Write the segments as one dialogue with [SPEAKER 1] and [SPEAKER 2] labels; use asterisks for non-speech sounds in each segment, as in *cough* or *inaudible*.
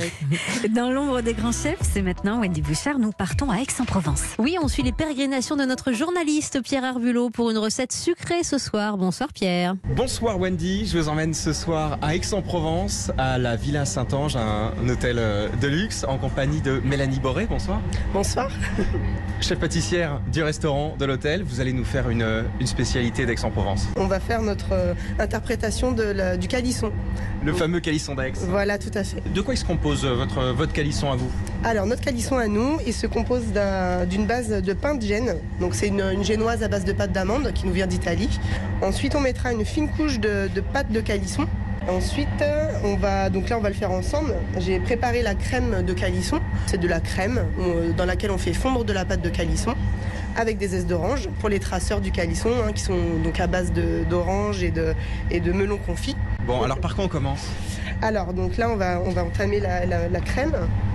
[SPEAKER 1] oui.
[SPEAKER 2] Dans l'ombre des grands chefs, c'est maintenant Wendy Bouchard. Nous partons à Aix-en-Provence.
[SPEAKER 1] Oui, on suit les pérégrinations de notre journaliste Pierre Arbulot pour une recette sucrée ce soir. Bonsoir Pierre.
[SPEAKER 3] Bonsoir Wendy, je vous emmène ce soir à Aix-en-Provence, à la Villa Saint-Ange, un, un hôtel euh, de luxe, en compagnie de Mélanie Boré. Bonsoir.
[SPEAKER 4] Bonsoir.
[SPEAKER 3] Chef pâtissière du restaurant, de l'hôtel, vous allez nous faire une, euh, une spécialité d'Aix-en-Provence.
[SPEAKER 4] On va faire notre euh, interprétation de la- du calisson.
[SPEAKER 3] Le fameux calisson d'Aix.
[SPEAKER 4] Voilà, tout à fait.
[SPEAKER 3] De quoi il se compose euh, votre, votre calisson à vous
[SPEAKER 4] Alors, notre calisson à nous, il se compose d'un- d'une base de pain de gêne. Donc, c'est une, une génoise à base de pâte d'amande qui nous vient d'Italie. Ensuite, on mettra une fine couche de, de pâte de calisson. Ensuite, euh, on va donc là, on va le faire ensemble. J'ai préparé la crème de calisson. C'est de la crème euh, dans laquelle on fait fondre de la pâte de calisson avec des zestes d'orange pour les traceurs du calisson hein, qui sont donc à base de- d'orange et de, et de melon confit.
[SPEAKER 3] Bon, alors par quoi on commence
[SPEAKER 4] Alors, donc là, on va, on va entamer la, la- la crème.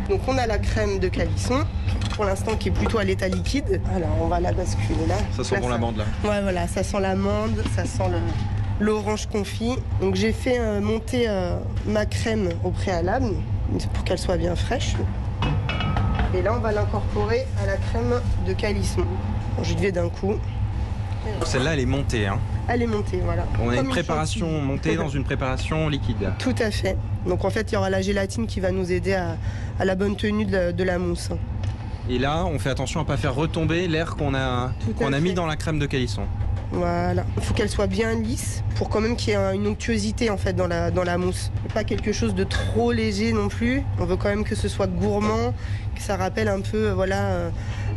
[SPEAKER 4] Donc, on a la crème de calisson, pour l'instant, qui est plutôt à l'état liquide. Alors, on va la basculer là.
[SPEAKER 3] Ça sent
[SPEAKER 4] Là,
[SPEAKER 3] bon l'amande là.
[SPEAKER 4] Ouais, voilà, ça sent l'amande, ça sent le- l'orange confit. Donc, j'ai fait euh, monter euh, ma crème au préalable, pour qu'elle soit bien fraîche. Et là, on va l'incorporer à la crème de calisson. Bon, je le fais d'un coup.
[SPEAKER 3] Celle-là, elle est montée. Hein.
[SPEAKER 4] Elle est montée, voilà.
[SPEAKER 3] On a
[SPEAKER 4] Comme
[SPEAKER 3] une préparation
[SPEAKER 4] chantilly.
[SPEAKER 3] montée dans une préparation liquide.
[SPEAKER 4] Tout à fait. Donc en fait, il y aura la gélatine qui va nous aider à, à la bonne tenue de la, de la mousse.
[SPEAKER 3] Et là, on fait attention à pas faire retomber l'air qu'on a,
[SPEAKER 4] Tout à
[SPEAKER 3] qu'on a mis
[SPEAKER 4] fait.
[SPEAKER 3] dans la crème de calisson.
[SPEAKER 4] Voilà. Il faut qu'elle soit bien lisse pour quand même qu'il y ait un- une onctuosité en fait dans la, dans la mousse. Et Pas quelque chose de trop léger non plus. On veut quand même que ce soit gourmand, que ça rappelle un peu euh, voilà euh,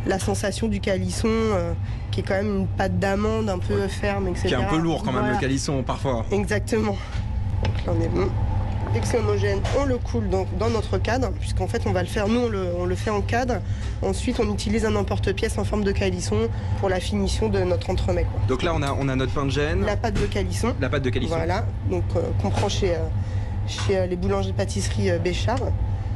[SPEAKER 4] la sensation du calisson euh, qui est quand même une pâte d'amande un peu ferme, etc.
[SPEAKER 3] Qui est un peu lourd quand même
[SPEAKER 4] Voilà.
[SPEAKER 3] le calisson parfois.
[SPEAKER 4] Exactement. Donc là, on est bon. Dès que c'est homogène, on le coule dans, dans notre cadre, puisqu'en fait, on va le faire, nous, on le, on le fait en cadre. Ensuite, on utilise un emporte-pièce en forme de calisson pour la finition de notre entremets. quoi.
[SPEAKER 3] Donc là, on a, on a notre pain de gêne, la,
[SPEAKER 4] La pâte de calisson,
[SPEAKER 3] pâte de calisson.
[SPEAKER 4] voilà, donc euh, qu'on prend chez, euh, chez euh, les boulangers-pâtisseries euh, Béchard.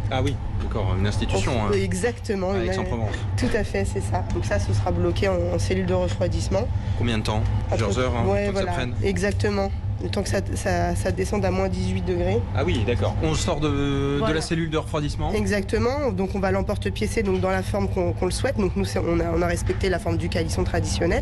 [SPEAKER 3] Ah oui, d'accord, une institution hein,
[SPEAKER 4] Oui, Exactement.
[SPEAKER 3] à
[SPEAKER 4] une-
[SPEAKER 3] Aix-en-Provence.
[SPEAKER 4] tout à fait, c'est ça. Donc ça, ce sera bloqué en, en cellule de refroidissement.
[SPEAKER 3] Combien de temps Plusieurs
[SPEAKER 4] Après-
[SPEAKER 3] heures, hein,
[SPEAKER 4] Ouais,
[SPEAKER 3] tant que ça
[SPEAKER 4] voilà,
[SPEAKER 3] prenne.
[SPEAKER 4] Exactement. Le temps que ça, ça- ça descende à moins 18 degrés.
[SPEAKER 3] Ah oui, d'accord. On sort de, de
[SPEAKER 4] Voilà.
[SPEAKER 3] la cellule de refroidissement.
[SPEAKER 4] Exactement, donc on va l'emporte-piécer donc dans la forme qu'on qu'on le souhaite. Donc nous, c'est- on a, on a respecté la forme du calisson traditionnel.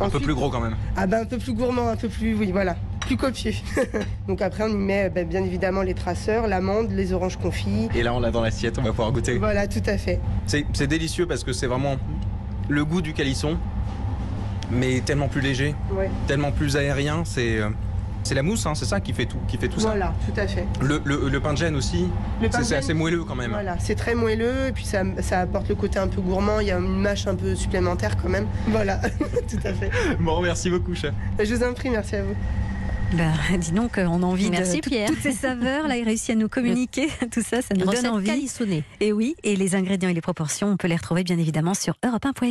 [SPEAKER 3] Un peu plus gros quand même.
[SPEAKER 4] Ah ben un peu plus gourmand, un peu plus, oui voilà, plus copieux. *laughs* donc après, on y met ben, bien évidemment les traceurs, l'amande, les oranges confites.
[SPEAKER 3] Et là, on l'a dans l'assiette, on va pouvoir goûter.
[SPEAKER 4] Voilà, tout à fait.
[SPEAKER 3] C'est c'est délicieux parce que c'est vraiment le goût du calisson, mais tellement plus léger,
[SPEAKER 4] Ouais.
[SPEAKER 3] tellement plus aérien. C'est euh, c'est la mousse, hein, c'est ça qui fait tout, qui fait tout
[SPEAKER 4] Voilà, tout à fait.
[SPEAKER 3] ça. Le, le- le pain de gêne aussi,
[SPEAKER 4] Le
[SPEAKER 3] c'est-
[SPEAKER 4] pain de
[SPEAKER 3] c'est
[SPEAKER 4] gêne-
[SPEAKER 3] assez moelleux quand même.
[SPEAKER 4] Voilà, c'est très moelleux et puis ça, ça apporte le côté un peu gourmand. Il y a une mâche un peu supplémentaire quand même. Voilà, *laughs* tout à fait.
[SPEAKER 3] Bon, merci beaucoup, chef.
[SPEAKER 4] Je vous en prie, merci à vous.
[SPEAKER 2] Ben, dis donc, euh, on a envie
[SPEAKER 1] Merci,
[SPEAKER 2] de tout-
[SPEAKER 1] Pierre.
[SPEAKER 2] toutes ces saveurs. Là, il réussit à nous communiquer *laughs* tout ça, ça nous
[SPEAKER 1] Recette
[SPEAKER 2] donne envie.
[SPEAKER 1] calissonnée.
[SPEAKER 2] Et oui, et les ingrédients et les proportions, on peut les retrouver bien évidemment sur europe1.fr.